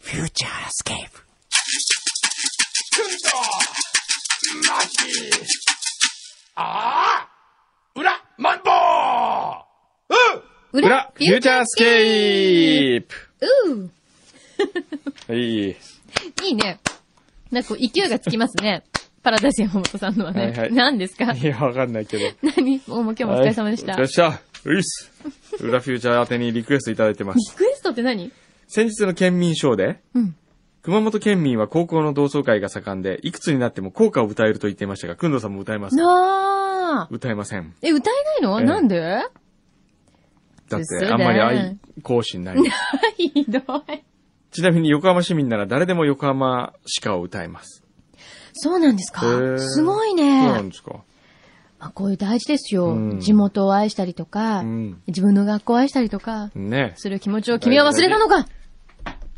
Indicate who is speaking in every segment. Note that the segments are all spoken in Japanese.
Speaker 1: フューチャースケープ。
Speaker 2: くんと、まき、ああ、裏、マンボーうん
Speaker 3: 裏、フューチャースケープ
Speaker 4: う
Speaker 3: はい。
Speaker 4: ーいいね。なんかこう勢いがつきますね。 パラダイス山本さんのはね。
Speaker 3: はいはい
Speaker 4: 何で すか
Speaker 3: いや、わかんないけど。
Speaker 4: 何もうもう今日もお疲れ様でした。
Speaker 3: はいお疲れ様でした。ういっす。裏フューチャー宛てにリクエストいただいてま
Speaker 4: リ
Speaker 3: す。
Speaker 4: クエストって何
Speaker 3: 先日の県民ショーで、
Speaker 4: うん。
Speaker 3: 熊本県民は高校の同窓会が盛んで、いくつになっても効果を歌えると言っていましたが、くんどさんも歌えますか
Speaker 4: なあ。
Speaker 3: 歌えません。
Speaker 4: え、歌えないの、
Speaker 3: ええ
Speaker 4: なんで
Speaker 3: だっ
Speaker 4: 嘘
Speaker 3: て、
Speaker 4: だ
Speaker 3: あんまり愛好心ない。
Speaker 4: ひどい。
Speaker 3: ちなみに横浜市民なら誰でも横浜市歌を歌えます。
Speaker 4: そうなんです
Speaker 3: へ
Speaker 4: か
Speaker 3: え
Speaker 4: すごい
Speaker 3: そうなん
Speaker 4: ね。
Speaker 3: ですか。
Speaker 4: まあ、こういう大事ですよ、
Speaker 3: うん
Speaker 4: 地元を愛したりとか、
Speaker 3: うん
Speaker 4: 自分の学校を愛したりとか、
Speaker 3: ね
Speaker 4: する気持ちを君は忘れたのか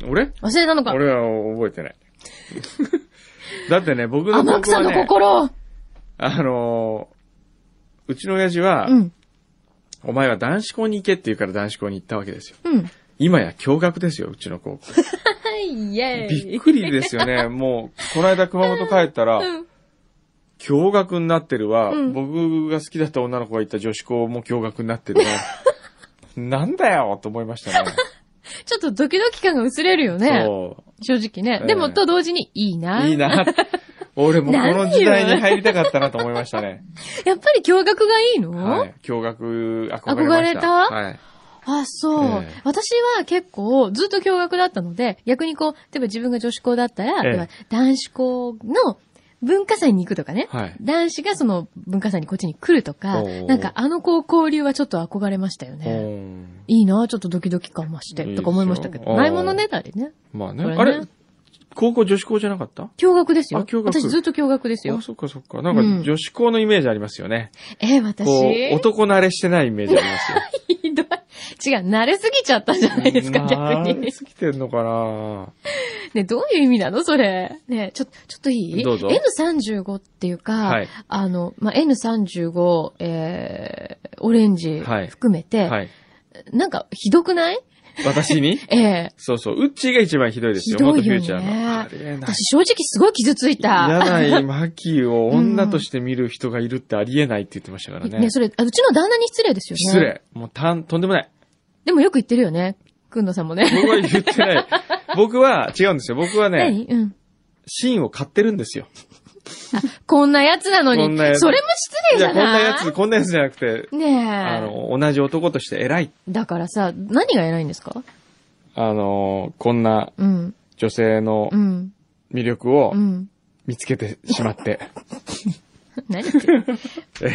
Speaker 3: 俺
Speaker 4: 忘れたのか
Speaker 3: 俺は覚えてない。 だってね、僕の
Speaker 4: 天
Speaker 3: 高校
Speaker 4: 草
Speaker 3: は
Speaker 4: の
Speaker 3: ね、
Speaker 4: 心を
Speaker 3: あのーうちの親父は、
Speaker 4: うん。
Speaker 3: お前は男子校に行けって言うから男子校に行ったわけですよ。
Speaker 4: うん。
Speaker 3: 今や驚愕ですよ、うちの高校。
Speaker 4: はい、イェーイ。
Speaker 3: びっくりですよ ね。もう、この間熊本帰ったら、
Speaker 4: うん。
Speaker 3: 驚愕になってるわ、
Speaker 4: うん
Speaker 3: 僕が好きだった女の子が行った女子校も驚愕になってるわ。 なんだよと思いましたね。
Speaker 4: ちょっとドキドキ感が薄れるよね。
Speaker 3: そ
Speaker 4: 正直ね。
Speaker 3: ええ
Speaker 4: でも、と同時に、いいな。
Speaker 3: う。いいな。俺もこの時代に入りたかったなと思いましたね。
Speaker 4: やっぱり驚愕がいいの、
Speaker 3: はい。驚愕、憧れました。
Speaker 4: 憧れた
Speaker 3: はい。
Speaker 4: あ、そう、
Speaker 3: ええ
Speaker 4: 私は結構ずっと驚愕だったので、逆にこう、例えば自分が女子校だったら、
Speaker 3: ええ
Speaker 4: 要は男子校の文化祭に行くとかね。
Speaker 3: はい
Speaker 4: 男子がその文化祭にこっちに来るとか、
Speaker 3: おー
Speaker 4: なんかあのこう交流はちょっと憧れましたよ
Speaker 3: う
Speaker 4: ね。
Speaker 3: ん
Speaker 4: いいなちょっとドキドキ感増して、
Speaker 3: いいですよ
Speaker 4: とか思いましたけど。
Speaker 3: あー
Speaker 4: ないものねだりね。
Speaker 3: まあね。
Speaker 4: これね
Speaker 3: あれ高校女子校じゃなかった
Speaker 4: 驚愕ですよ。
Speaker 3: あ驚愕
Speaker 4: 私ずっと驚愕ですよ
Speaker 3: あ、。そっかそっか。なん
Speaker 4: うん
Speaker 3: か女子校のイメージありますよね。
Speaker 4: えー、私。
Speaker 3: こう、男慣れしてないイメージありますよ。
Speaker 4: ひどい。違う、慣れすぎちゃったんじゃないですか、逆
Speaker 3: 慣
Speaker 4: に
Speaker 3: れ。すぎてんのかな
Speaker 4: ね、どういう意味なのそれ。ね、ちょ、ちょっといい
Speaker 3: どうぞ
Speaker 4: ?N35 っていうか、
Speaker 3: はい
Speaker 4: あの、まあ、N35、えー、オレンジ
Speaker 3: はい
Speaker 4: 含めて、
Speaker 3: はい。
Speaker 4: なんか、ひどくない
Speaker 3: 私 に
Speaker 4: ええ
Speaker 3: そうそう。ウッチーが一番ひどいですよ。
Speaker 4: ひどいよね
Speaker 3: 元フューチャーの。ありえない。
Speaker 4: 私正直すごい傷ついた。
Speaker 3: 嫌ないマキを女として見る人がいるってありえないって言ってましたからね。
Speaker 4: ね、それ、あうちの旦那に失礼ですよね。
Speaker 3: 失。礼。もうたん、とんでもない。
Speaker 4: でもよく言ってるよね。くんのさんもね。
Speaker 3: 僕は言ってない。僕は、違うんですよ。僕はね、
Speaker 4: 何うん。
Speaker 3: シーンを買ってるんですよ。
Speaker 4: こんなやつなのに。
Speaker 3: こんなやつ
Speaker 4: それも失礼
Speaker 3: い
Speaker 4: じ
Speaker 3: や、
Speaker 4: ゃ
Speaker 3: こんな
Speaker 4: ない
Speaker 3: やつ、こんなやつじゃなくて、
Speaker 4: ねえ。
Speaker 3: あの、同じ男として偉い。
Speaker 4: だからさ、何が偉いんですか
Speaker 3: あの、こんな
Speaker 4: うん。
Speaker 3: 女性の
Speaker 4: うん。
Speaker 3: 魅力を
Speaker 4: うん。
Speaker 3: 見つけてしまって。
Speaker 4: 何言 ってる
Speaker 3: え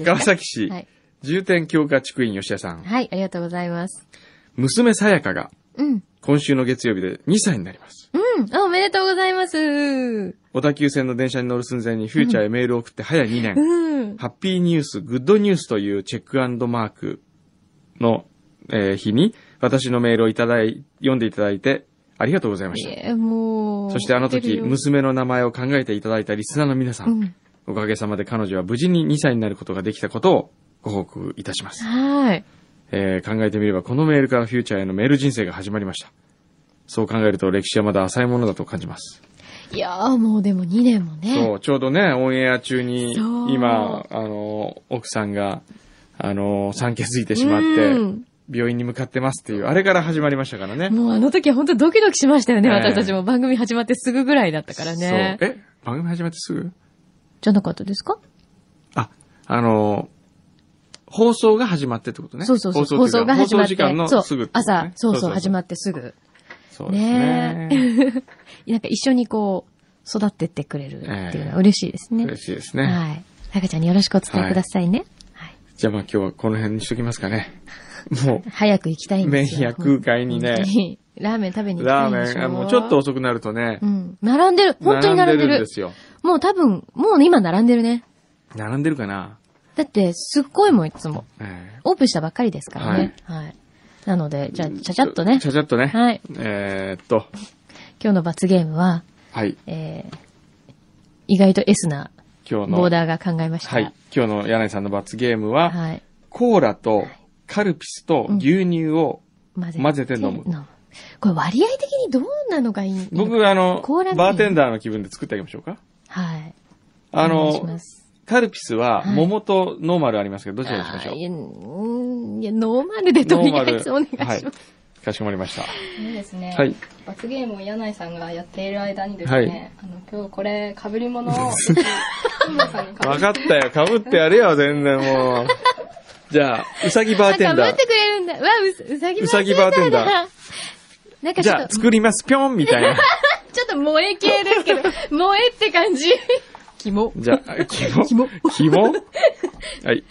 Speaker 3: ー、川崎市
Speaker 4: はい、
Speaker 3: 重点強化地区員吉田さん。
Speaker 4: はい、ありがとうございます。
Speaker 3: 娘さやかが、
Speaker 4: うん。
Speaker 3: 今週の月曜日で2歳になります。
Speaker 4: うん。あおめでとうございます。う
Speaker 3: 小田急線の電車に乗る寸前にフューチャーへメールを送って早2年。
Speaker 4: ん。
Speaker 3: ハッピーニュース、グッドニュースというチェックマークの、えー日に、私のメールをいただい、読んでいただいて、ありがとうございま
Speaker 4: い
Speaker 3: した。
Speaker 4: え、もう。
Speaker 3: そしてあの時、
Speaker 4: む
Speaker 3: 娘の名前を考えていただいたリスナーの皆さ、
Speaker 4: うんん。
Speaker 3: おかげさまで彼女は無事に2歳になることができたことをご報告いたします。
Speaker 4: はい。
Speaker 3: えー考えてみれば、このメールからフューチャーへのメール人生が始まりました。そう考えると歴史はまだ浅いものだと感じます。
Speaker 4: いやー、もうでも2年もね。
Speaker 3: そう、ちょうどね、オンエア中に、
Speaker 4: そう
Speaker 3: 今、あの、奥さんが、あの、産気づいてしまって、
Speaker 4: うん
Speaker 3: 病院に向かってますっていう、あれから始まりましたからね。
Speaker 4: もうあの時は本当ドキドキしましたよね。
Speaker 3: ええ
Speaker 4: 私たちも番組始まってすぐぐらいだったからね
Speaker 3: そ。う。え番組始まってすぐ
Speaker 4: じゃなかったですか
Speaker 3: あ、あの、放送が始まってってことね。
Speaker 4: そうそうそう。
Speaker 3: 放
Speaker 4: 放
Speaker 3: 送って
Speaker 4: 送
Speaker 3: い
Speaker 4: が
Speaker 3: うか
Speaker 4: 始まっ
Speaker 3: 放送
Speaker 4: て。
Speaker 3: 時間のすぐ
Speaker 4: そう、朝、そうそう、始ま
Speaker 3: って
Speaker 4: ってすぐ。
Speaker 3: こと。そうです
Speaker 4: ね
Speaker 3: ね。
Speaker 4: え。なんか一緒にこう、育ってってくれるっていうのは嬉しいですね。
Speaker 3: 嬉しいですね。
Speaker 4: はい。さかちゃんによろしくお伝えくださいね。はい。
Speaker 3: じゃあまあ今日はこの辺にしときますかね。も
Speaker 4: 早く行きたいんですよ。
Speaker 3: 麺や空海にね
Speaker 4: 本当に。ラーメン食べ
Speaker 3: う、
Speaker 4: に行きた
Speaker 3: ラ
Speaker 4: いんで
Speaker 3: ー
Speaker 4: し
Speaker 3: メン、
Speaker 4: ょ
Speaker 3: あもうちょっと。遅くなるとね
Speaker 4: う、ん。並んでる。本当に並んでる。
Speaker 3: んですよ。
Speaker 4: もう多分、もう今並んでるね。
Speaker 3: 並んでるかな、
Speaker 4: だって、すっごいもん、いつも。
Speaker 3: え
Speaker 4: オープンしたばっかりですからね。はい。なので、じゃあ、
Speaker 3: ー
Speaker 4: ちゃちゃっとね
Speaker 3: ち。ゃちゃっとね。
Speaker 4: はい。
Speaker 3: えーっと、
Speaker 4: 今日の罰ゲームは、
Speaker 3: はい。
Speaker 4: えー、意外と S な
Speaker 3: 今日の、
Speaker 4: ボーダーが考えました。
Speaker 3: はい。今日の柳井さんの罰ゲームは、
Speaker 4: はい。
Speaker 3: コーラとカルピスと牛乳を
Speaker 4: 混ぜて
Speaker 3: 混ぜて飲む。
Speaker 4: 飲むこれ割合的にどうなのがいい
Speaker 3: 僕、あの
Speaker 4: 凍らな、い
Speaker 3: バーテンダーの気分で作ってあげましょうか。
Speaker 4: はい。
Speaker 3: あ
Speaker 4: お願いしま
Speaker 3: の、
Speaker 4: す
Speaker 3: カルピスは
Speaker 4: はい
Speaker 3: 桃とノーマルありますけど、どちらにしましょ
Speaker 4: あ
Speaker 3: う
Speaker 4: ーいや、うーんいや、ノーマルでとりあえずお願いします。
Speaker 3: い。かしこまりました。
Speaker 1: いいですね。
Speaker 3: はい。
Speaker 1: 罰ゲームを柳井さんがやっている間にです
Speaker 3: は
Speaker 1: ね
Speaker 3: い、
Speaker 1: あの、今日これ、被 り物を、ぜひ、今さんに被
Speaker 3: わかったよ。かぶってやれよ、全然もう。じゃあ、うさぎバーテン
Speaker 4: あ、
Speaker 3: ダ
Speaker 4: 被っ
Speaker 3: ー。
Speaker 4: てくれるんだ。わ、うさうさぎ
Speaker 3: うさぎバーテンダー
Speaker 4: だ。なんか
Speaker 3: じ
Speaker 4: ちょ
Speaker 3: ゃ
Speaker 4: っ
Speaker 3: あ、
Speaker 4: と、
Speaker 3: 作ります、ぴょんみたいな。
Speaker 4: ちょっと萌え系ですけど、萌えって感じ。 キモ。
Speaker 3: じゃあ、キモ
Speaker 4: キモ
Speaker 3: キモはい。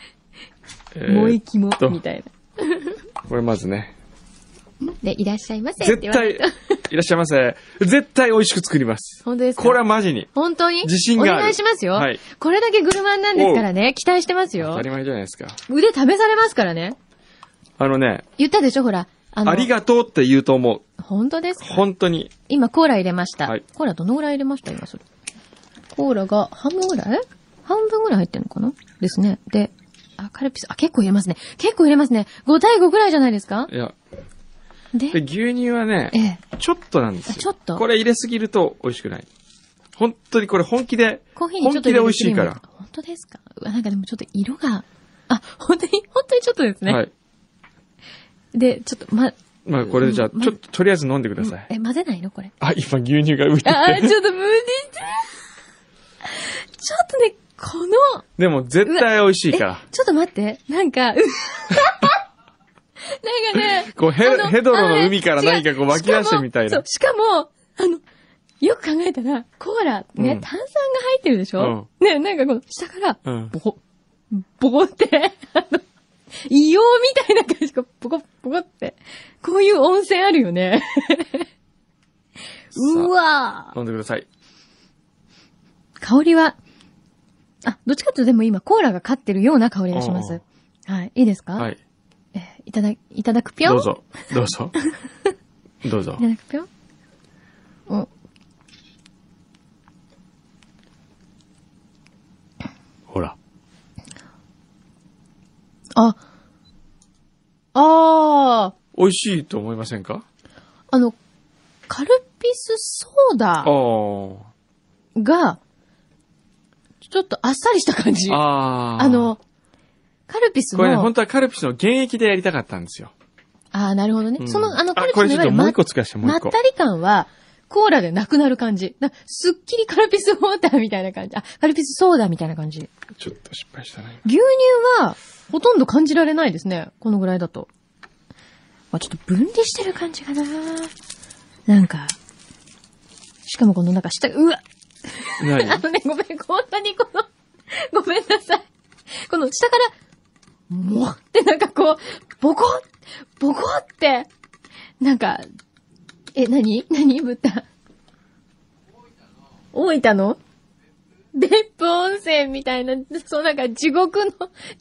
Speaker 3: えー
Speaker 4: 萌えキモ
Speaker 3: っと、
Speaker 4: みたい
Speaker 3: これまずね。
Speaker 4: な。で、いらっしゃいませって
Speaker 3: 絶
Speaker 4: 言われ
Speaker 3: 対、い
Speaker 4: る。
Speaker 3: らっしゃいませ。絶対美味しく作ります。
Speaker 4: 本当ですか
Speaker 3: これはマジに。
Speaker 4: 本当に
Speaker 3: 自信がある
Speaker 4: お願いしますよ。
Speaker 3: はい
Speaker 4: これだけグルマンなんですからね。期待してます
Speaker 3: 当
Speaker 4: よ
Speaker 3: たり。前じゃないですか。
Speaker 4: 腕試されますからね。
Speaker 3: あのね、
Speaker 4: 言ったでしょほら。あ
Speaker 3: ありがとうって言うと思う。
Speaker 4: 本当ですか
Speaker 3: 本当に。
Speaker 4: 今コーラ入れました。
Speaker 3: はい
Speaker 4: コーラどのぐらい入れました今それ。コーラが半分ぐらい半分ぐらい入ってるのかなですね。で、あ、カルピス、あ、結構入れますね。結構入れますね。5対5ぐらいじゃないですか
Speaker 3: いや、
Speaker 4: で、
Speaker 3: で牛乳はね、
Speaker 4: ええ。
Speaker 3: ちょっとなんですよ。
Speaker 4: あちょっと
Speaker 3: これ入れすぎると美味しくない。本当にこれ本気で、
Speaker 4: コーヒーにちょ
Speaker 3: 本
Speaker 4: っと
Speaker 3: 気
Speaker 4: 入
Speaker 3: で美
Speaker 4: れ
Speaker 3: 味
Speaker 4: るク
Speaker 3: し
Speaker 4: リ
Speaker 3: い
Speaker 4: ーム
Speaker 3: から。
Speaker 4: 本当ですかうわ、なんかでもちょっと色が、あ、本当に、本当にちょっとですね。
Speaker 3: はい。
Speaker 4: で、ちょっと、ま、
Speaker 3: まあこれでじゃあ、
Speaker 4: うん
Speaker 3: ちょっととりあえず飲んでください。
Speaker 4: え、混ぜないのこれ。
Speaker 3: あ、今牛乳が浮いて
Speaker 4: あー、
Speaker 3: る。
Speaker 4: ちょっと無理して。ちょっとね、この、
Speaker 3: でも絶対美味しいから。
Speaker 4: ちょっと待って、なんか、うなんかね、
Speaker 3: こうヘ
Speaker 4: あの
Speaker 3: ヘドロ
Speaker 4: あ
Speaker 3: の
Speaker 4: ね
Speaker 3: 海から
Speaker 4: 違
Speaker 3: 何かこう湧き出してみたいな。
Speaker 4: しかもそうしかも、あの、よく考えたら、コーラ、ね、
Speaker 3: うん
Speaker 4: 炭酸が入ってるでしょ、ね、なんかこの、下から、
Speaker 3: うん
Speaker 4: ボコ、ボコって、あの、硫黄みたいな感じが、ボコ、ボコって。こういう温泉あるよね。うわぁ。
Speaker 3: 飲んでください。
Speaker 4: 香りは、あ、どっちかというとでも今、コーラが勝ってるような香りがします。はい。いいですか
Speaker 3: はい。
Speaker 4: えーいただ、いただくぴょん
Speaker 3: どうぞ。どう ぞ。どうぞ
Speaker 4: い。ただくぴょんお、
Speaker 3: ほら。
Speaker 4: あ、あ
Speaker 3: 美味しいと思いませんか
Speaker 4: ー、あの、カルピスソーダ
Speaker 3: あー
Speaker 4: が、ちょっとあっさりした感じ。あ
Speaker 3: あー。
Speaker 4: の、カルピス
Speaker 3: これね、
Speaker 4: の、
Speaker 3: 本当はカルピスの現役でやりたかったんですよ。
Speaker 4: あー、なるほどね。
Speaker 3: うん
Speaker 4: その、あの、カルピ
Speaker 3: こ
Speaker 4: ス
Speaker 3: れ
Speaker 4: の
Speaker 3: ちょっと
Speaker 4: いわゆる
Speaker 3: もう
Speaker 4: ま
Speaker 3: 一個付かして、もう
Speaker 4: ま
Speaker 3: 一
Speaker 4: った
Speaker 3: 個。
Speaker 4: り感は、コーラでなくなる感じ。なすっきりカルピスウォーターみたいな感じ。あ、カルピスソーダみたいな感じ。
Speaker 3: ちょっと失敗したね。
Speaker 4: 牛乳は、ほとんど感じられないですね。このぐらいだと。あ、ちょっと分離してる感じかななんか、しかもこのなんか下、うわ
Speaker 3: 何
Speaker 4: あのね、ごめん、こんなにこの、 ごめんなさい。この下から、もってなんかこう、ボコッ、ボコって、なんか、え、なになにぶった。大分の別府温泉みたいな、そうなんか地獄の、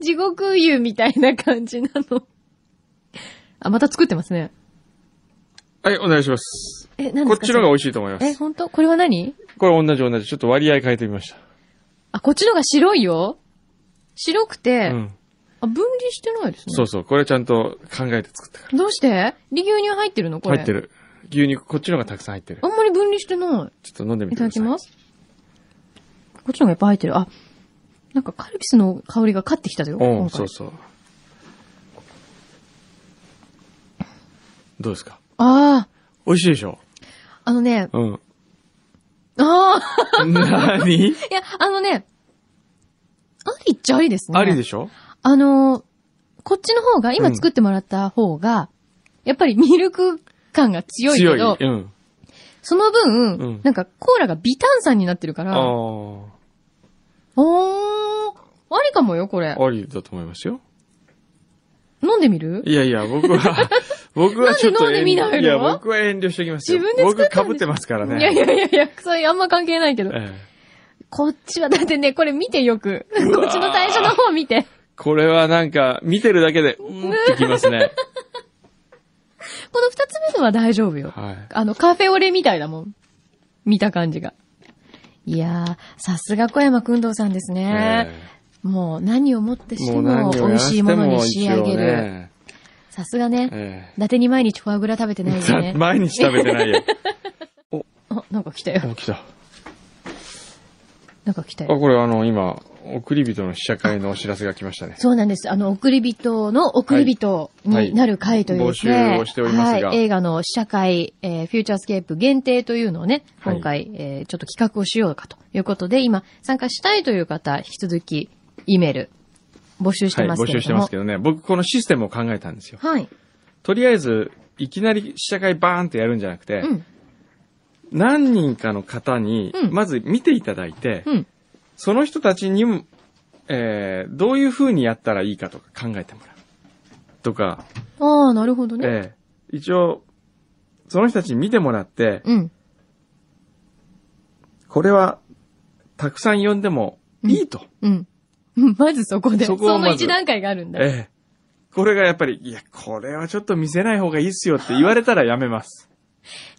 Speaker 4: 地獄湯みたいな感じなの。あ、また作ってますね。
Speaker 3: はい、お願いします。
Speaker 4: え、なん
Speaker 3: こ
Speaker 4: です
Speaker 3: っ
Speaker 4: か
Speaker 3: ちの方が美味しいと思いま
Speaker 4: え、
Speaker 3: す。
Speaker 4: ほんとこれは何
Speaker 3: これ同じ同じ。ちょっと割合変えてみました。
Speaker 4: あ、こっちのが白いよ。白くて、
Speaker 3: うん。
Speaker 4: あ、分離してないですね。
Speaker 3: そうそう。これちゃんと考えて作ったか
Speaker 4: どうしてリ牛乳入ってるのこ
Speaker 3: ら。
Speaker 4: れ。
Speaker 3: 入って
Speaker 4: る。
Speaker 3: る。牛肉、こっちの方がたくさん入ってる
Speaker 4: あ。んまり分離してない。
Speaker 3: ちょっと飲んでみて
Speaker 4: い
Speaker 3: く
Speaker 4: た
Speaker 3: だ
Speaker 4: だ
Speaker 3: さい。
Speaker 4: きます。こっちの方がいっぱい入ってる。あ、なんかカルピスの香りが勝ってきた
Speaker 3: う
Speaker 4: よ。
Speaker 3: ん、
Speaker 4: 今回
Speaker 3: そうそう。どうですか
Speaker 4: あ
Speaker 3: 美味しいでしょ
Speaker 4: あ、あのね、
Speaker 3: うん。
Speaker 4: ああ、
Speaker 3: 何
Speaker 4: いや、あのね、ありっちゃありですね。
Speaker 3: ありで
Speaker 4: し
Speaker 3: しょ
Speaker 4: あのー、こっちの方が、今作ってもらった方が、やっぱりミルク感が強いけ
Speaker 3: 強い。
Speaker 4: ど、
Speaker 3: うん。
Speaker 4: その分、
Speaker 3: うん
Speaker 4: なんかコーラが微炭酸になってるか
Speaker 3: あ
Speaker 4: ら、おー、
Speaker 3: あ。
Speaker 4: ありかもよ、これ。
Speaker 3: ありだと思いますよ。
Speaker 4: 飲んでみる
Speaker 3: いやいや、僕は、 僕はちょっと
Speaker 4: なんで
Speaker 3: 遠
Speaker 4: 飲んでみない
Speaker 3: 慮。
Speaker 4: の
Speaker 3: いや、僕は遠慮しておきますよ。
Speaker 4: 自分で作ったんでしょ
Speaker 3: 僕被ってますからね。
Speaker 4: いやいやいやいや、それあんま関係ないけど。
Speaker 3: ええ
Speaker 4: こっちは、だってね、これ見てよく。こっちの最初の方見て。
Speaker 3: これはなんか、見てるだけで、うーんってきますね。
Speaker 4: この二つ目のは大丈夫よ。
Speaker 3: はい。
Speaker 4: あの、カフェオレみたいだもん。見た感じが。いやー、さすが小山くんどうさんですね。
Speaker 3: え
Speaker 4: もう何をもって
Speaker 3: え
Speaker 4: しても美味しいものに仕上げる。
Speaker 3: ね
Speaker 4: さすがね。
Speaker 3: え
Speaker 4: 伊達に毎日フォアグラ食べ てない
Speaker 3: え
Speaker 4: よね。
Speaker 3: 毎日食べてないよ。
Speaker 4: あ、なんか来たよ。
Speaker 3: あ、来た。あ、
Speaker 4: なんか来たよ。
Speaker 3: これあの、今、送り人の試写会のお知らせが来ましたね。
Speaker 4: そうなんです。あの、送り人の送り人になる会というですね、
Speaker 3: はいはい募集をしておりますが
Speaker 4: はい、映画の試写会、えーフューチャースケープ限定というのをね、
Speaker 3: はい
Speaker 4: 今回、えーちょっと企画をしようかということで、今、参加したいという方、引き続き、E メール、募集して
Speaker 3: はい、
Speaker 4: ます
Speaker 3: 募
Speaker 4: けれ
Speaker 3: 集し
Speaker 4: ど
Speaker 3: て
Speaker 4: も。
Speaker 3: ますけどね。僕、このシステムを考えたんですよ。
Speaker 4: はい。
Speaker 3: とりあえず、いきなり試写会バーンってやるんじゃなくて、
Speaker 4: うん。
Speaker 3: 何人かの方に
Speaker 4: う、ん
Speaker 3: まず見ていただいて、
Speaker 4: うん。
Speaker 3: その人たちにも、えー、どういう風にやったらいいかとか考えてもらう。とか、
Speaker 4: ああ、なるほどね。
Speaker 3: えー、一応、その人たちに見てもらって、
Speaker 4: うん。
Speaker 3: これは、たくさん呼んでもいいと。
Speaker 4: うん。 まずそこで。
Speaker 3: そ
Speaker 4: そ
Speaker 3: こをま
Speaker 4: の
Speaker 3: ず
Speaker 4: 一段階があるんだ。
Speaker 3: ええこれがやっぱり、いや、これはちょっと見せない方がいいっすよって言われたらやめます。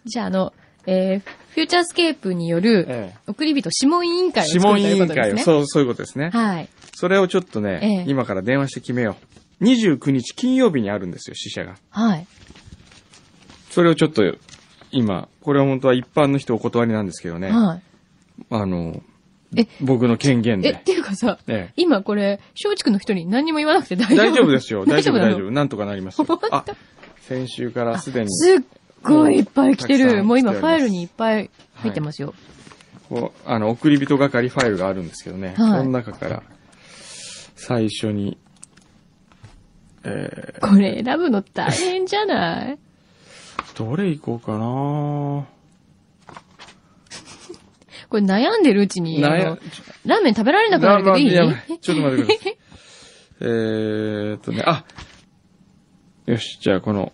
Speaker 4: じゃあ、あの、えーフューチャースケープによる、
Speaker 3: え
Speaker 4: 送り人諮問委員会を
Speaker 3: え。
Speaker 4: 作
Speaker 3: 諮問
Speaker 4: ると
Speaker 3: 委
Speaker 4: いうこ
Speaker 3: 員
Speaker 4: とで
Speaker 3: 会
Speaker 4: す
Speaker 3: を、
Speaker 4: ね。
Speaker 3: そう、そういうことですね。
Speaker 4: はい。
Speaker 3: それをちょっとね、
Speaker 4: ええ
Speaker 3: 今から電話して決めよう。29日金曜日にあるんですよ、死者が。
Speaker 4: はい。
Speaker 3: それをちょっと、今、これは本当は一般の人お断りなんですけどね、
Speaker 4: はい。
Speaker 3: あの、
Speaker 4: え
Speaker 3: 僕の権限で
Speaker 4: え、っ。ていうかさ、
Speaker 3: え
Speaker 4: 今これ、松竹の人に何にも言わなくて大
Speaker 3: え、
Speaker 4: 丈夫
Speaker 3: 大丈夫です よ。大丈夫、
Speaker 4: な
Speaker 3: 大
Speaker 4: の
Speaker 3: 丈夫。なんとかなり ますよ
Speaker 4: 本。当
Speaker 3: あ、先週からすでに、
Speaker 4: すっごいいっぱい来て
Speaker 3: たくさ
Speaker 4: る。
Speaker 3: ん
Speaker 4: もう今
Speaker 3: 来て
Speaker 4: フ
Speaker 3: おります
Speaker 4: ァイルにいっぱい入ってますよ。
Speaker 3: こうあの、送り人係ファイルがあるんですけどね、そ
Speaker 4: はい
Speaker 3: の中から、最初に、え
Speaker 4: これ選ぶの大変じゃない
Speaker 3: ー、どれ行こうかな
Speaker 4: これ悩んでるうちに、あ
Speaker 3: 悩
Speaker 4: のラーメン食べられなくなるけどいい
Speaker 3: ラーメンやばいちょっと待ってください。 えーっとね、あよし、じゃあこの、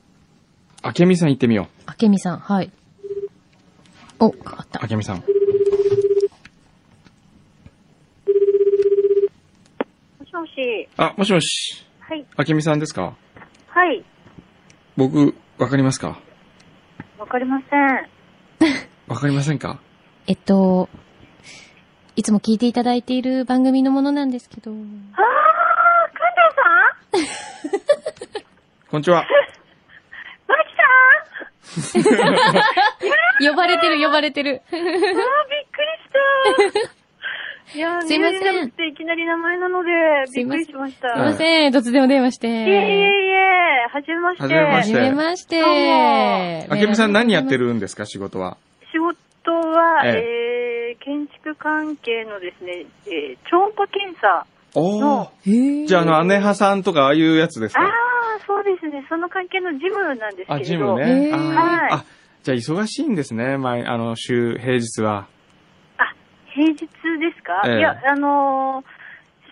Speaker 3: あけみさん行ってみよう。
Speaker 4: あけみさん、はい。お、変わった
Speaker 3: あ。けみさん。
Speaker 5: もしもし。
Speaker 3: あ、もしもし、
Speaker 5: はい。
Speaker 3: あけみさんですか
Speaker 5: はい。
Speaker 3: 僕、わかりますか
Speaker 5: わかりません。
Speaker 3: わかりませんか
Speaker 4: えっと、いつも聞いていただいている番組のものなんですけど、
Speaker 5: ああ、かんたさん
Speaker 3: こんにちは。
Speaker 5: まきさん
Speaker 4: 呼ばれてる呼ばれてる。
Speaker 5: ああ、びっくりした。いやー、
Speaker 4: すいません
Speaker 5: メールじゃなくていきなり名前なので、
Speaker 4: すい
Speaker 5: びっ
Speaker 4: ま
Speaker 5: く
Speaker 4: せん
Speaker 5: りしまし
Speaker 4: すい
Speaker 5: た。
Speaker 4: ません、突然お電話して。
Speaker 5: いえいえいえ、はじめまして。
Speaker 3: はじめま
Speaker 4: は
Speaker 3: し
Speaker 4: じ
Speaker 3: て
Speaker 4: めまして。
Speaker 5: どうも
Speaker 3: あけみさん何やって
Speaker 4: る
Speaker 3: るんですか仕事は。
Speaker 5: 仕事は、
Speaker 3: え
Speaker 5: えー、建築関係のですね、えー、超音波検査。
Speaker 3: お
Speaker 5: の
Speaker 3: ー。
Speaker 4: へ
Speaker 3: じゃあ、あの、
Speaker 4: あ、
Speaker 3: アネハさんとか、ああいうやつです
Speaker 5: あ
Speaker 3: か
Speaker 5: あ、そうですね。その関係の事務なんですけれど。
Speaker 3: あ、ジム
Speaker 4: へ
Speaker 3: ね。
Speaker 4: ー
Speaker 3: あ
Speaker 5: はい
Speaker 3: ーあ、じゃあ、忙しいんですね。前、あの、週、平日 は。
Speaker 5: 平日ですか、
Speaker 3: ええ
Speaker 5: いや、あのー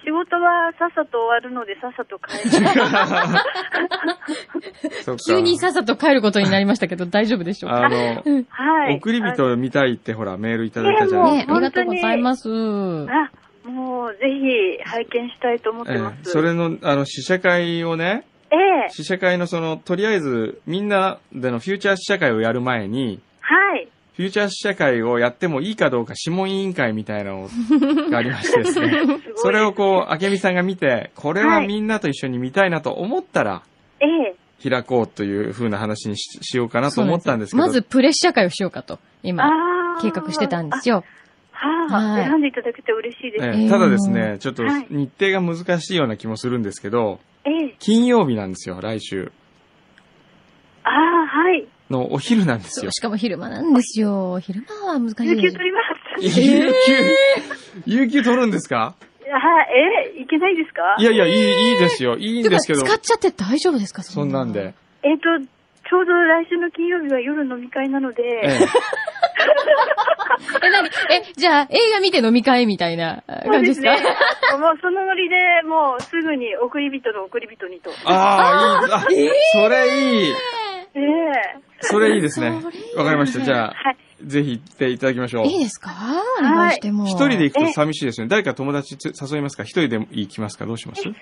Speaker 5: 仕事はさっさと終わるので、さっさと帰 る。
Speaker 3: そっか
Speaker 4: 急にさっさと帰ることになりましたけど、大丈夫でしょ うか
Speaker 3: あの、
Speaker 5: はい。
Speaker 3: 送り
Speaker 5: あ
Speaker 3: 人見たいって、ほら、メールいただいたじゃないで
Speaker 4: ね
Speaker 3: すか。
Speaker 4: ありがとうございます。は
Speaker 5: あ、もうぜひ拝見したいと思ってます。
Speaker 3: ええそれの、あの、試写会をね、
Speaker 5: ええ
Speaker 3: 試写会のその、とりあえず、みんなでのフューチャー試写会をやる前に、
Speaker 5: はい。
Speaker 3: フューチャー試写会をやってもいいかどうか諮問委員会みたいなのがありましてですね。
Speaker 5: すごい。
Speaker 3: それをこう、あけみさんが見て、これはみんなと一緒に見たいなと思ったら、
Speaker 5: ええ
Speaker 3: 開こうという風な話にししようかなと思ったんですけど。
Speaker 4: まずプレッシャー会をしようかと、今、
Speaker 5: ああ。
Speaker 4: 計画してたんですよ。
Speaker 5: あ。はあ、
Speaker 4: はい
Speaker 5: 選んでいただけて嬉しいです。
Speaker 3: ええただですね、ちょっと
Speaker 5: はい
Speaker 3: 日程が難しいような気もするんですけど、
Speaker 5: ええ
Speaker 3: 金曜日なんですよ、来週
Speaker 5: ああ、はい。
Speaker 3: のお昼なんです
Speaker 4: そ
Speaker 3: よ
Speaker 4: う、。しかも昼間なんですよ。昼間は難し
Speaker 5: 有
Speaker 4: い
Speaker 5: 給。取りま す。
Speaker 3: 有給、有給取るんですか
Speaker 5: はい。ええいけないですか
Speaker 3: いやいや、いい、いいですよ。いいんですけど
Speaker 4: て、か使っちゃって大丈夫ですか
Speaker 3: そんなんで。。
Speaker 5: えっ、と、ちょうど来週の金曜日は夜飲み会なので、
Speaker 3: え
Speaker 4: え、なにえ、じゃあ、映画見て飲み会みたいなあ
Speaker 5: そう
Speaker 4: 感じで
Speaker 5: で
Speaker 4: すす
Speaker 5: ね
Speaker 4: か。
Speaker 5: もうそのノリで、もうすぐに送り人の送り人にと。
Speaker 3: えああ、いい、あ、それいい。
Speaker 5: ええ
Speaker 3: それいいですね
Speaker 4: それいい。な
Speaker 3: わかりました。じゃあ、
Speaker 5: はい。
Speaker 3: ぜひ行っていただきましょう。
Speaker 4: いいですかお願いしても。
Speaker 3: 一人で行くと寂しいですよね。誰か友達つ誘いますか一人で行きますかどうします
Speaker 5: い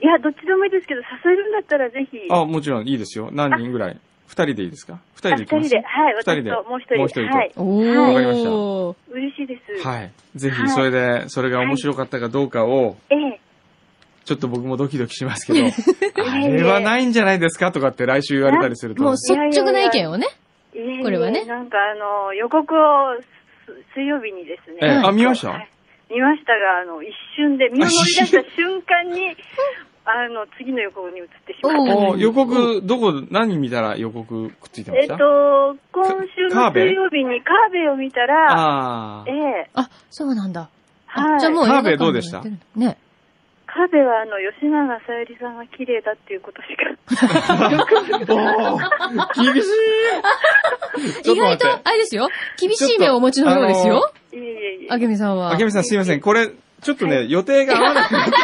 Speaker 5: や、どっちでもいいですけど、誘えるんだったらぜひ。
Speaker 3: あ、もちろんいいですよ。何人ぐらい二人でいいですか二人
Speaker 5: あ
Speaker 3: で行
Speaker 5: 二
Speaker 3: きま
Speaker 5: 人
Speaker 3: す
Speaker 5: で。はい。
Speaker 3: 二人
Speaker 5: 私
Speaker 3: で
Speaker 5: ともう一人。
Speaker 3: もう一人と
Speaker 5: はい。
Speaker 4: おー。
Speaker 3: わかりました
Speaker 5: 嬉しいです。
Speaker 3: はい。ぜ
Speaker 5: は
Speaker 3: ひ、
Speaker 5: い
Speaker 3: それで、それが面白かったかどうかを、
Speaker 5: ええ。
Speaker 3: ちょっと僕もドキドキし ますけど、あれはないんじゃないですかとかって来週言われたりすると。
Speaker 4: もう率直な意見をね。
Speaker 5: いえいえ
Speaker 4: これはね
Speaker 5: なんかあの、予告をす水曜日にですね。
Speaker 3: ええあ見ました
Speaker 5: はい見ましたが、あの、一瞬で、見守り出した瞬間に、あの、次の予告に移ってしまった。
Speaker 3: お予告、どこ、何見たら予告くっついてま
Speaker 5: えっ
Speaker 3: した、
Speaker 5: と、今週
Speaker 3: カー
Speaker 5: の
Speaker 3: ベ
Speaker 5: 水曜日にカーベイを見たら、
Speaker 3: ああ
Speaker 5: え。え
Speaker 4: あ、そうなんだ。
Speaker 5: は
Speaker 4: あ、
Speaker 5: い。
Speaker 4: じゃあもう映
Speaker 3: カ
Speaker 4: 画
Speaker 3: ーベ
Speaker 4: 館
Speaker 3: イどうでした
Speaker 4: もやってるのね。
Speaker 5: カーベイはあの、吉永さゆりさんが綺麗だっていうことしか。
Speaker 3: おー厳しいちょっ
Speaker 4: 意
Speaker 3: と待っ
Speaker 4: 外と、
Speaker 3: て。
Speaker 4: あれですよ。厳しい目をお持ちのようですよ。
Speaker 5: いえいえいえ。
Speaker 4: あけみさんは。
Speaker 3: あけみさんすいません。これ、ちょっとね、予定が合わなくなってる。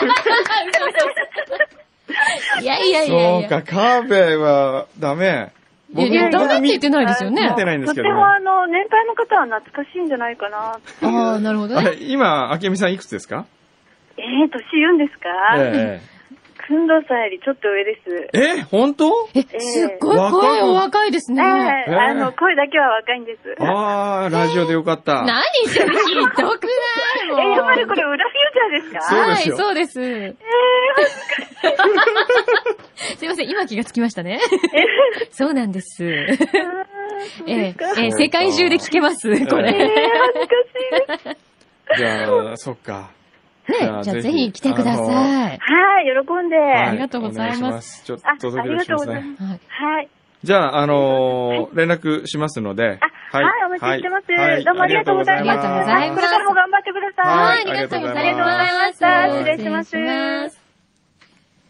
Speaker 4: いやいやいやい
Speaker 3: そう
Speaker 4: や。
Speaker 3: か、カーベイはダメ。
Speaker 4: いやいや、ダメって言ってないですよね
Speaker 3: 見。てないんですけど
Speaker 5: と
Speaker 3: ね
Speaker 5: てもあの、年配の方は懐かしいんじゃないかな。
Speaker 4: ああ、なるほど
Speaker 3: あ
Speaker 4: ね。
Speaker 3: れ、今、あけみさんいくつですか
Speaker 5: ええ年言うんですか
Speaker 3: え
Speaker 5: くんどうさんよりちょっと上です。
Speaker 3: え。え、本当
Speaker 4: え、すっごい声お若いです
Speaker 5: ええ
Speaker 4: ね。
Speaker 3: ええ
Speaker 5: あの、声だけは若いんです。
Speaker 3: ああ、ラジオでよかった。
Speaker 4: 何それひどくないも
Speaker 5: え、
Speaker 4: ん。
Speaker 5: やっぱりこれ裏フューチャーです
Speaker 3: そ
Speaker 5: か
Speaker 3: うで
Speaker 4: は
Speaker 3: す
Speaker 4: い、
Speaker 3: よ
Speaker 4: そうです。えー、すいません、今気がつきましたね。そうなんです。えー、えー世界中で聞けます、こ
Speaker 5: ええ
Speaker 4: れ。
Speaker 5: 恥ずかしいです。
Speaker 3: じゃあ、そっか。
Speaker 4: ね、じゃあぜひ来てください。
Speaker 5: はい、喜んで。
Speaker 3: はい
Speaker 4: ありがとうございます
Speaker 3: お願す。ちょっ
Speaker 5: あ、あ
Speaker 3: とドキ
Speaker 5: り
Speaker 3: ドキ
Speaker 5: が
Speaker 3: し
Speaker 5: とう
Speaker 3: ま
Speaker 5: ご
Speaker 3: す
Speaker 5: ざいま
Speaker 3: ね。
Speaker 5: す。
Speaker 4: はい。
Speaker 5: はい。
Speaker 3: じゃあ、あのー連絡しますので。
Speaker 5: あ、はい、お待ちしてます。どうもありがとうございます。
Speaker 4: ありがとうございます
Speaker 5: はこれからも頑張ってください。
Speaker 3: はい
Speaker 4: はい、ありがとうござ
Speaker 5: あり
Speaker 4: い
Speaker 5: がとうござい
Speaker 4: ま。
Speaker 5: ますした失礼します
Speaker 4: 失礼します。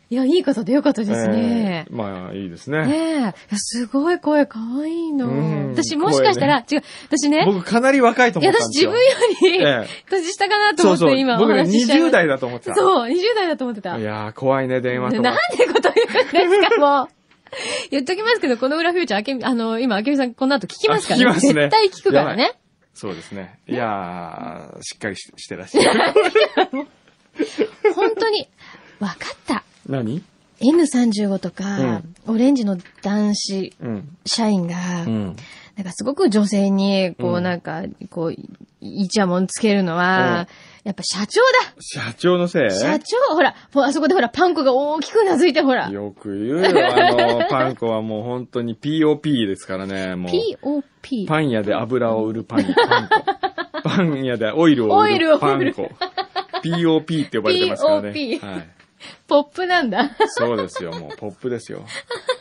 Speaker 4: いや、いい方でよかったですね。
Speaker 3: えーまあ、いいですね。
Speaker 4: ねえいや。すごい声可愛いの
Speaker 3: うん。
Speaker 4: 私もしかしたら、違う、私ね、
Speaker 3: 僕、かなり若いと思
Speaker 4: いや、
Speaker 3: ったんです
Speaker 4: 私自
Speaker 3: よ。
Speaker 4: 分より、
Speaker 3: ええ
Speaker 4: 年下かなと
Speaker 3: そ
Speaker 4: 思
Speaker 3: う
Speaker 4: って、
Speaker 3: そう。
Speaker 4: 今お
Speaker 3: 僕ね、
Speaker 4: 話ししちゃいま
Speaker 3: 20
Speaker 4: した
Speaker 3: 代だと思ってた。い
Speaker 4: そう、20代だと思ってた。
Speaker 3: やー、怖いね、電話と
Speaker 4: なん
Speaker 3: か。
Speaker 4: てこと言うんですか、もう。 言っときますけど、この裏フューチャー、あけみ、あの、今、あけみさんこの後聞きますから、
Speaker 3: あ聞きますね
Speaker 4: 絶対聞くからね。
Speaker 3: そうですね。いやー、しっかりししてらっしゃ る。
Speaker 4: 本当に、わかった。
Speaker 3: 何
Speaker 4: N35 とか、オレンジの男子
Speaker 3: うん。
Speaker 4: 社員が、
Speaker 3: うん。
Speaker 4: なんかすごく女性に、こ
Speaker 3: う
Speaker 4: う、
Speaker 3: ん
Speaker 4: なんか、こう、いいちゃもんつけるのは、やっぱ社長だ
Speaker 3: 社長のせい
Speaker 4: 社長ほら、もうあそこでほら、パン粉が大きくうなずいてほら。
Speaker 3: よく言うよ。あの、パン粉はもう本当に POP ですからね、もう。
Speaker 4: POP。
Speaker 3: パン屋で油を売るパン、パン粉。パン屋でオイルを売
Speaker 4: オイル
Speaker 3: る
Speaker 4: を
Speaker 3: パ
Speaker 4: 売
Speaker 3: ン
Speaker 4: る
Speaker 3: 粉。POP って呼ばれてますからね。
Speaker 4: POP
Speaker 3: はい。
Speaker 4: ポップなんだ。
Speaker 3: そうですよ、もうポップですよ。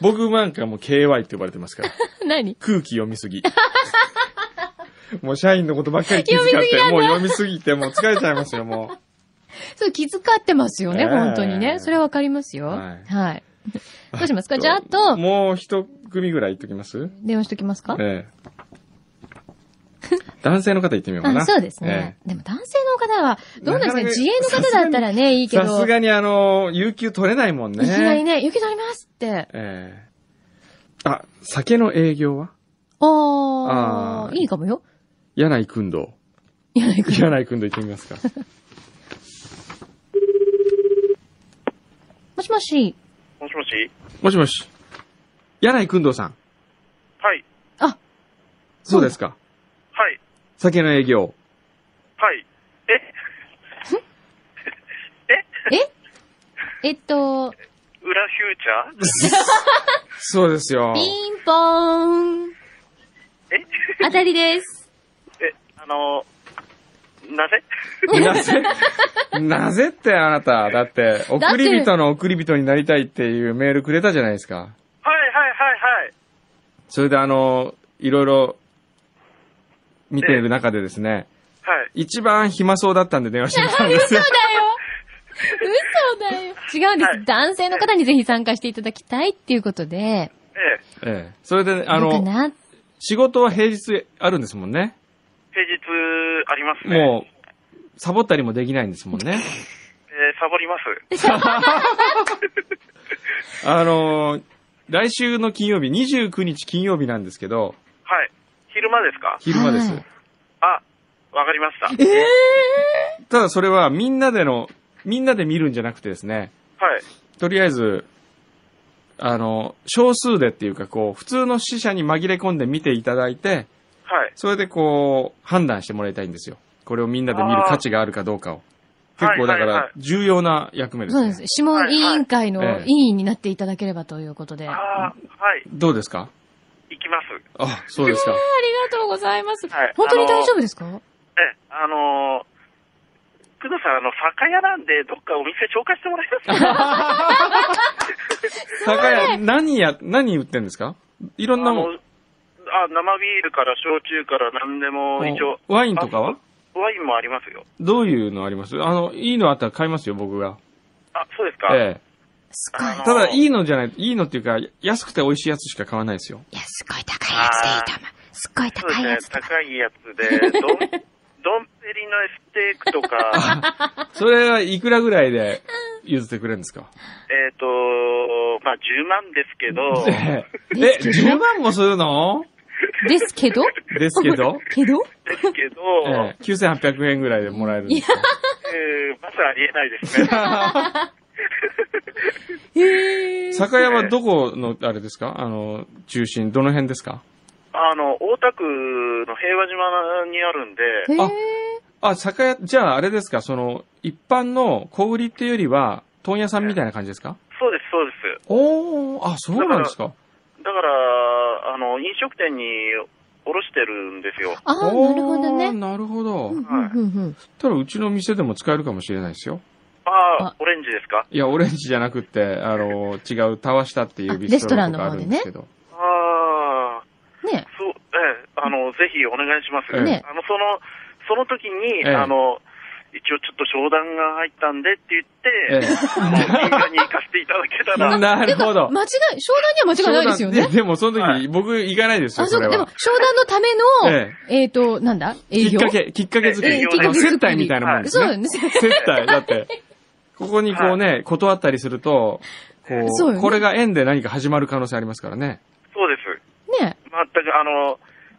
Speaker 3: 僕なんかもう KY って呼ばれてますから。
Speaker 4: 何
Speaker 3: 空気読みすぎ。 もう社員のことばっかり気遣って、もう読みすぎて、もう疲れちゃいますよ、もう。
Speaker 4: そう、気遣ってますよね、
Speaker 3: ええ
Speaker 4: 本当にね。それはわかりますよ。
Speaker 3: は
Speaker 4: はいい。どうしますかじゃあ、あと、
Speaker 3: もう一組ぐらい言っときます
Speaker 4: 電話しときますか
Speaker 3: ええ。 男性の方言ってみようかな。
Speaker 4: あそうです
Speaker 3: ええ
Speaker 4: ね、でも男性の方は、どうなんですかね
Speaker 3: なかなか
Speaker 4: 自営の方だったらね、いいけど。
Speaker 3: さすがにあの、有給取れないもんね。
Speaker 4: いきなりね、雪取りますって。
Speaker 3: ええあ、酒の営業は
Speaker 4: おー、
Speaker 3: あー
Speaker 4: いいかもよ。
Speaker 3: 柳井くん ど
Speaker 4: いや、行く
Speaker 3: う。柳井くんどう行ってみますか。
Speaker 4: もしもし。
Speaker 6: もしもし
Speaker 3: もしもし。柳井くんどうさん。
Speaker 6: はい、
Speaker 3: そうですか。
Speaker 6: はい、
Speaker 3: 酒の営業。
Speaker 6: はい。え
Speaker 4: えっと、
Speaker 6: 裏フューチャー
Speaker 3: そうですよ
Speaker 4: ピ。ンポーン。
Speaker 6: え
Speaker 4: 当たりです。
Speaker 6: え、あの、なぜ
Speaker 3: なぜ、なぜってあなた、だって、送り人の送り人になりたいっていうメールくれたじゃないですか。
Speaker 6: はいはいはいはい。
Speaker 3: それであの、いろいろ見ている中でですね、
Speaker 6: はい。
Speaker 3: 一番暇そうだったんで電話してみたんですよ。
Speaker 4: 嘘だよ。違うんです、
Speaker 6: はい
Speaker 4: 男性の方にぜひ参加していただきたいっていうことで、
Speaker 6: ええ、
Speaker 3: ええ。それで、あ
Speaker 4: どうか
Speaker 3: の、
Speaker 4: な
Speaker 3: 仕事は平日あるんですもんね。
Speaker 6: 平日ありますね。
Speaker 3: もう、サボったりもできないんですもんね。
Speaker 6: えーサボります。
Speaker 3: あの、来週の金曜日、29日金曜日なんですけど、
Speaker 6: はい。昼間ですか
Speaker 3: 昼間です。
Speaker 4: はい
Speaker 6: あ、わかりました。はい。
Speaker 3: ただそれはみんなでの、みんなで見るんじゃなくてですね、とりあえず、あの、少数でっていうか、こう、普通の死者に紛れ込んで見ていただいて、
Speaker 6: はい。
Speaker 3: それでこう、判断してもらいたいんですよ。これをみんなで見る価値があるかどうかを。結構だか
Speaker 6: はいはい
Speaker 3: ら
Speaker 6: は
Speaker 3: 重要な役目です
Speaker 4: そう
Speaker 3: ね。
Speaker 4: です。諮問委員会
Speaker 3: はいは
Speaker 4: の
Speaker 3: い
Speaker 4: 委員になっていただければということで。あ
Speaker 6: ああ、はい、
Speaker 3: どうですか
Speaker 6: 行きます。
Speaker 3: あ、そうですか。
Speaker 4: りがとうございます。
Speaker 6: はい
Speaker 4: 本当に大丈夫ですか
Speaker 6: え、あのー、工藤さん、あの、酒屋なんで、どっかお店紹介してもらえますか
Speaker 3: 酒屋、何や、何売ってんですかいろんなもん。
Speaker 6: あのあ、生ビールから焼酎から何でも、一応。
Speaker 3: ワインとかは
Speaker 6: あワインもありますよ。
Speaker 3: どういうのありますあの、いいのあったら買いますよ、僕が。
Speaker 6: あ、そうですか。
Speaker 3: ええ。
Speaker 4: すごい。い
Speaker 6: あの
Speaker 3: ただ、いいのじゃない、いいのっていうか、安くて美味しいやつしか買わないですよ。
Speaker 4: や、すごい高いやつでいいと思う。すっごい
Speaker 6: そうで
Speaker 4: 高い
Speaker 6: すね
Speaker 4: やつ、とか。
Speaker 6: 高いやつで、どん、 どんぺりのステークと か、
Speaker 3: それはいくらぐらいで譲ってくれるんですか
Speaker 6: えっと、まあ10万ですけど、
Speaker 3: ええ
Speaker 4: で
Speaker 3: え、
Speaker 4: すけど
Speaker 3: 10万もするの
Speaker 4: ですけど
Speaker 3: ですけど、
Speaker 4: けど
Speaker 6: ですけど、
Speaker 3: ええ、9800円ぐらいでもらえるんですよ。
Speaker 6: えーまずありえないですね。
Speaker 4: へ え。
Speaker 3: 酒屋はどこの、あれですかあの、中心、どの辺ですか
Speaker 6: あの、大田区の平和島にあるんで、
Speaker 4: へえ。
Speaker 3: ああ、酒屋、じゃああれですかその、一般の小売りっていうよりは、問屋さんみたいな感じですか
Speaker 6: そうです、そうです。
Speaker 3: おー、あ、そうなんですか
Speaker 6: だから、あの、飲食店に卸してるんですよ。
Speaker 4: ああ、なるほど
Speaker 3: おー
Speaker 4: ね。
Speaker 3: なるほど。
Speaker 6: は
Speaker 4: う
Speaker 6: い
Speaker 4: んうんうん
Speaker 3: ただ、うちの店でも使えるかもしれないですよ。
Speaker 6: あ
Speaker 4: あ
Speaker 6: あ、オレンジですか
Speaker 3: いや、オレンジじゃなくって、あの、違う、たわしたっていうビ
Speaker 4: レ
Speaker 3: ス
Speaker 4: ス
Speaker 3: ト
Speaker 4: ト
Speaker 3: ラ
Speaker 4: ラ
Speaker 3: ン
Speaker 4: ン
Speaker 3: と
Speaker 4: の
Speaker 3: かあ
Speaker 4: 方
Speaker 3: る
Speaker 4: で
Speaker 3: んで
Speaker 4: ね
Speaker 3: すけど。
Speaker 6: ああ、
Speaker 4: ね
Speaker 6: そう、ええ、あの、ぜひお願いします。
Speaker 3: ね
Speaker 6: あの、その、その時に、
Speaker 3: ええ
Speaker 6: あの、一応ちょっと商談が入ったんでって言
Speaker 3: え
Speaker 6: って、
Speaker 3: え
Speaker 6: あの民家に行かせていただけた ら、
Speaker 3: なるほど。
Speaker 4: 間違い、商談には間違いないですよ
Speaker 3: そう
Speaker 4: ね
Speaker 3: なん。ででも、その時、
Speaker 6: は
Speaker 3: 僕行かないですよ、
Speaker 4: あ、そ
Speaker 3: そうれ
Speaker 4: か。で
Speaker 3: は
Speaker 4: も。、商談のための、
Speaker 3: え
Speaker 4: えっ、と、なんだ
Speaker 3: え
Speaker 4: 営
Speaker 3: きっ
Speaker 4: 業
Speaker 3: かけ、きっかけ作
Speaker 6: ええ
Speaker 3: り。
Speaker 6: きっかけ
Speaker 3: あの
Speaker 4: 作
Speaker 3: 接
Speaker 4: り
Speaker 3: 待みたいなもんです
Speaker 4: そう
Speaker 3: ね。
Speaker 4: だよね。
Speaker 3: 接待、だって、 ここにこうね、断ったりすると、こ
Speaker 4: そう
Speaker 3: う、
Speaker 4: よね
Speaker 3: これが縁で何か始まる可能性ありますからね。
Speaker 6: そうです。
Speaker 4: ね
Speaker 6: 全く、あの、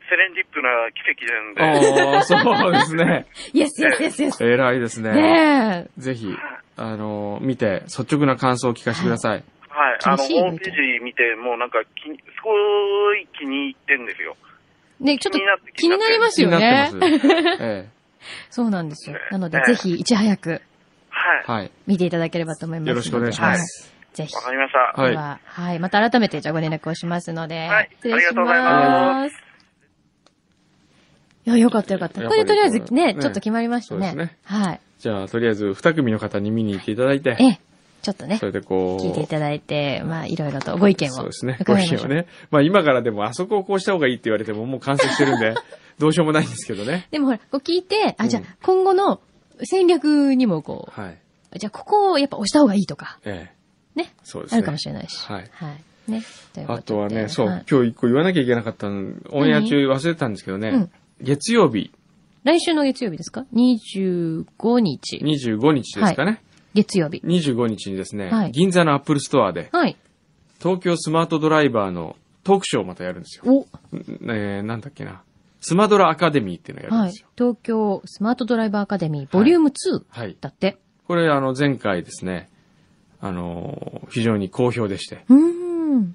Speaker 6: セレンディップな奇跡なん
Speaker 3: お
Speaker 6: で、
Speaker 3: ー、 そうですね。
Speaker 4: イエスイエスイエスイエス。
Speaker 3: 偉いですね。
Speaker 4: ねえ。
Speaker 3: ぜひ、あの、見て、率直な感想を聞かせてください。
Speaker 6: はい、あの、
Speaker 4: 楽しい
Speaker 6: ホームページ見て、もうなんか気に、すごい気に入ってんですよ。
Speaker 4: ね、ちょっと
Speaker 6: 気になって
Speaker 4: 気になります
Speaker 3: 気に
Speaker 4: よ
Speaker 3: なっ
Speaker 4: ね
Speaker 3: て。 ます。え
Speaker 4: そうなんですよ。なので
Speaker 6: ね、
Speaker 4: ぜひ、いち早く
Speaker 6: はい
Speaker 3: え、。はい。
Speaker 4: 見ていただければと思いますので。
Speaker 3: よろしくお願いします
Speaker 4: はい。ぜひ。
Speaker 6: わかりました。
Speaker 3: はい
Speaker 4: では、はい。また改めて、じゃあご連絡をしますので。
Speaker 6: はい
Speaker 4: 失礼します。。
Speaker 6: ありがとうございます
Speaker 4: いや、よかったよかった。
Speaker 3: やっ
Speaker 4: こ
Speaker 3: ぱり
Speaker 4: れとりあえず
Speaker 3: ね
Speaker 4: ね、ちょっと決まりましたね。
Speaker 3: そうですね
Speaker 4: はい。
Speaker 3: じゃあ、とりあえず、二組の方に見に行っていただいて
Speaker 4: え、え、ちょっとね
Speaker 3: そ、れでこう、
Speaker 4: 聞いていただいて、まあ、いろいろとご意見を。
Speaker 3: そうですね。ご
Speaker 4: 伺
Speaker 3: 意
Speaker 4: いまし
Speaker 3: 見
Speaker 4: ょう
Speaker 3: はね。まあ今からでもあそこをこうした方がいいって言われてももう完成してるん で、どうしようもないんですけどね。
Speaker 4: でもほら、こう聞いて、
Speaker 3: う
Speaker 4: あ、
Speaker 3: ん
Speaker 4: じゃあ、今後の戦略にもこ
Speaker 3: はい。
Speaker 4: う、じゃあ、ここをやっぱ押した方がいいとか、
Speaker 3: ええ。
Speaker 4: ね。
Speaker 3: そうですね。
Speaker 4: あるかもしれないし。
Speaker 3: はい
Speaker 4: はい。ね。ということ
Speaker 3: あ
Speaker 4: で
Speaker 3: とはね、そう、
Speaker 4: はい
Speaker 3: 今日一個言わなきゃいけなかったの、オンエア中忘れてたんですけどね、
Speaker 4: うん
Speaker 3: 月曜日
Speaker 4: 来週の月曜日ですか ?25 日。
Speaker 3: 25日ですかね、
Speaker 4: 月曜日。
Speaker 3: 25日にですね、
Speaker 4: はい
Speaker 3: 銀座のアップルストアで、
Speaker 4: はい。
Speaker 3: 東京スマートドライバーのトークショーをまたやるんですよ。
Speaker 4: お、
Speaker 3: んえーなんだっけな。スマドラアカデミーっていうのをやるん
Speaker 4: は
Speaker 3: で
Speaker 4: い
Speaker 3: すよ。。
Speaker 4: 東京スマートドライバーアカデミー、ボリューム2。
Speaker 3: はい
Speaker 4: だって。
Speaker 3: これ、あの、前回ですね、あのー非常に好評でして、
Speaker 4: うーん。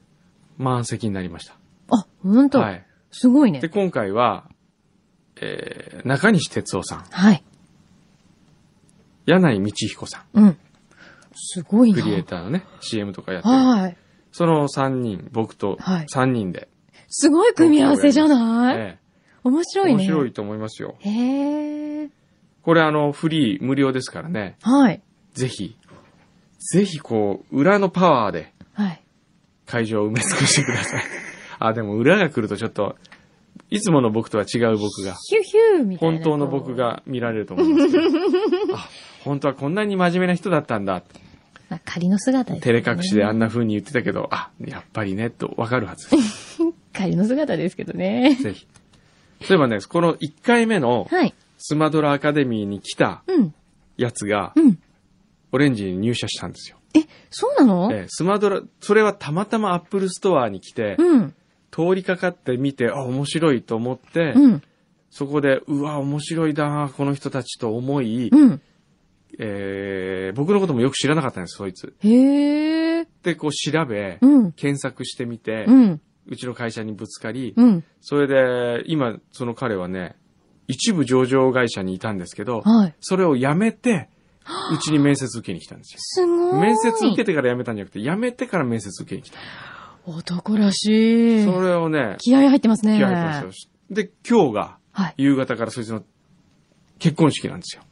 Speaker 3: 満席になりました。
Speaker 4: あ、ほんと。
Speaker 3: はい。
Speaker 4: すごいね
Speaker 3: で、。今回は、えー中西哲夫さん、
Speaker 4: はい。
Speaker 3: 柳井道彦さん、
Speaker 4: うん。すごい
Speaker 3: ク
Speaker 4: な。
Speaker 3: リエイターのね、CM とかやってる。
Speaker 4: はい。
Speaker 3: その3人、僕と
Speaker 4: はい
Speaker 3: 3人で。
Speaker 4: すごい組み合わせじゃない、
Speaker 3: え
Speaker 4: 面
Speaker 3: え
Speaker 4: 白いね。
Speaker 3: 面白いと思いますよ。
Speaker 4: へえ。
Speaker 3: これあの、フリー、無料ですからね、
Speaker 4: はい。
Speaker 3: ぜひ、ぜひこう、裏のパワーで
Speaker 4: はい。
Speaker 3: 会場を埋め尽くしてくだ さい。あ、でも裏が来るとちょっと、いつもの僕とは違う僕が。
Speaker 4: ヒューヒューみたいな。
Speaker 3: 本当の僕。が見られると思いますけど。 あ、本当はこんなに真面目な人だったんだって。
Speaker 4: まあ、仮の姿です、
Speaker 3: 照れ隠しであ
Speaker 4: ん
Speaker 3: んな風に言ってたけど、あ、やっぱりね、とわかるはず です。
Speaker 4: 仮の姿ですけどね。
Speaker 3: ぜひ。そういえばね、この1回目の
Speaker 4: はい。
Speaker 3: スマドラアカデミーに来た
Speaker 4: うん。
Speaker 3: やつが、
Speaker 4: うん。
Speaker 3: オレンジに入社したんですよ。
Speaker 4: え、そうなの、
Speaker 3: ええスマドラ、それはたまたまアップルストアに来て、
Speaker 4: うん。
Speaker 3: 通りかかって見て、あ、面白いと思って、
Speaker 4: うん。
Speaker 3: そこで、うわ、面白いな、この人たちと思い、
Speaker 4: うん。
Speaker 3: えー僕のこともよく知らなかったんです、そいつ。
Speaker 4: へえ。
Speaker 3: で、こう調べ、
Speaker 4: うん。
Speaker 3: 検索してみて、う
Speaker 4: うん。
Speaker 3: ちの会社にぶつかり、
Speaker 4: うん。
Speaker 3: それで、今、その彼はね、一部上場会社にいたんですけど、
Speaker 4: はい。
Speaker 3: それを辞めて、うちに面接受けに来たんですよ。
Speaker 4: すごい。
Speaker 3: 面接受けてから辞めたんじゃなくて、辞めてから面接受けに来た。
Speaker 4: 男らしい。
Speaker 3: それをね、
Speaker 4: 気合入ってますね。
Speaker 3: 気合入ってましたよ。で、今日が、
Speaker 4: はい。
Speaker 3: 夕方からそいつの結婚式なんですよ。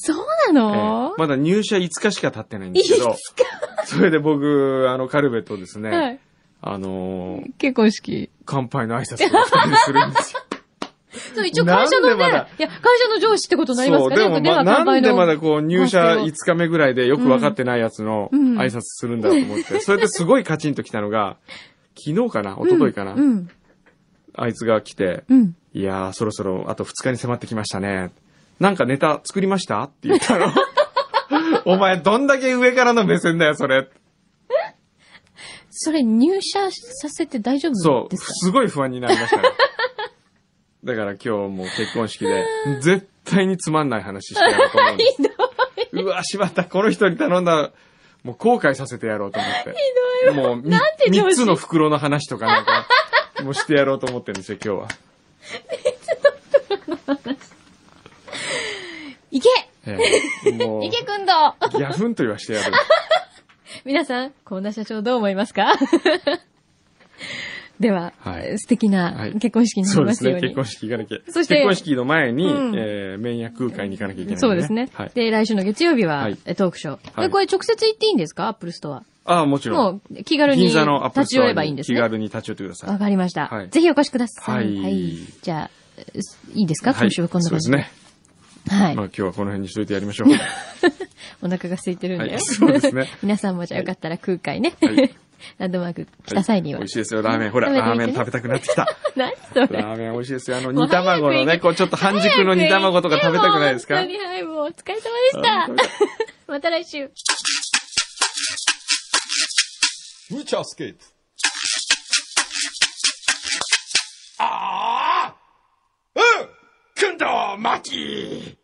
Speaker 4: そうな
Speaker 3: え
Speaker 4: の
Speaker 3: え、まだ入社5日しか経ってないんですけど、それで僕、あの、カルベとですね、
Speaker 4: はい。
Speaker 3: あのー
Speaker 4: 結婚式。
Speaker 3: 乾杯の挨拶を二人でするんですよ。
Speaker 4: そう、一応会社のね、
Speaker 3: な
Speaker 4: い
Speaker 3: んでま
Speaker 4: や
Speaker 3: だ、
Speaker 4: 会社の上司ってことになります
Speaker 3: そう、
Speaker 4: か
Speaker 3: で
Speaker 4: ら
Speaker 3: も、ま、
Speaker 4: ね。よくね
Speaker 3: なんでまだこう、入社
Speaker 4: 乾杯の
Speaker 3: 5日目ぐらいでよく分かってないやつの
Speaker 4: うん
Speaker 3: 挨拶するんだと思 って、それですごいカチンと来たのが、昨日かな一昨日かな、
Speaker 4: うん。
Speaker 3: あいつが来て、
Speaker 4: うん。
Speaker 3: いやー、そろそろあと2日に迫ってきましたね。なんかネタ作りましたって言っ たの。お前、どんだけ上からの目線だよ、それ。
Speaker 4: それ入社させて大丈夫
Speaker 3: そう、
Speaker 4: ですか
Speaker 3: すごい不安になりましたね。だから今日もう結婚式 で、絶対につまんない話してやろうと思うんです。うわ、しまった、この人に頼んだ、もう後悔させてやろうと思って。ひどいもうみ、
Speaker 4: なんて上
Speaker 3: 三
Speaker 4: 司
Speaker 3: つの袋の話とかなんか、もうしてやろうと思ってるんですよ、今日は。
Speaker 4: いけ
Speaker 3: ええもう、
Speaker 4: いけ
Speaker 3: ギ
Speaker 4: くんど
Speaker 3: ャフンと言わして やる。
Speaker 4: 皆さん、こんな社長どう思いますか では、
Speaker 3: はい
Speaker 4: 素敵
Speaker 3: は
Speaker 4: ない結婚式にな
Speaker 3: そ
Speaker 4: り
Speaker 3: うで
Speaker 4: ますすよう
Speaker 3: ね、
Speaker 4: に。
Speaker 3: 結婚式行かなきゃ。
Speaker 4: そして
Speaker 3: 結婚式の前に、
Speaker 4: うん
Speaker 3: えー、麺屋空会に行かなきゃいけない、
Speaker 4: そうですね、
Speaker 3: はい。
Speaker 4: で、来週の月曜日は、
Speaker 3: はい
Speaker 4: えトークショー、
Speaker 3: はい
Speaker 4: えこれ直接行っていいんですかアップルストア。
Speaker 3: ああ、もちろん。
Speaker 4: もう気軽に
Speaker 3: 銀座のアップ
Speaker 4: 立
Speaker 3: ルス
Speaker 4: ち寄れ
Speaker 3: ト
Speaker 4: ば
Speaker 3: ア
Speaker 4: いいん
Speaker 3: に
Speaker 4: です
Speaker 3: 気
Speaker 4: ね。
Speaker 3: 軽に立ち寄ってくださ
Speaker 4: わ
Speaker 3: い。
Speaker 4: かりました、
Speaker 3: はい
Speaker 4: ぜひお越しください。
Speaker 3: はい
Speaker 4: じゃあ、えすいいですか
Speaker 3: は
Speaker 4: 今
Speaker 3: い、
Speaker 4: 週はこんな
Speaker 3: そうで
Speaker 4: 感じ
Speaker 3: すね。
Speaker 4: はい、
Speaker 3: まあ今日はこの辺にしといてやりましょう。
Speaker 4: お腹が空いてるんで。
Speaker 3: はいそうですね
Speaker 4: 皆さんもじゃあよかったら空海ね。
Speaker 3: はい
Speaker 4: ランドマーク 来た際には。
Speaker 3: 美味しいですよ、ラーメン。ほら、
Speaker 4: 食べて
Speaker 3: ラー
Speaker 4: みて
Speaker 3: メ
Speaker 4: ね
Speaker 3: ン食べたくなってきた。
Speaker 4: 何それ。
Speaker 3: ラーメン美味しいですよ。あの、
Speaker 4: もう
Speaker 3: 煮卵の
Speaker 4: 早く行
Speaker 3: ね、
Speaker 4: き
Speaker 3: こう、ちょっと半熟の煮卵とか食べたくないですか
Speaker 4: 早く行ってもう本当にはい、もうお疲れ様で
Speaker 3: あ本当
Speaker 4: した。 また来週。
Speaker 2: フューチャースケープ。ああうんくんどまき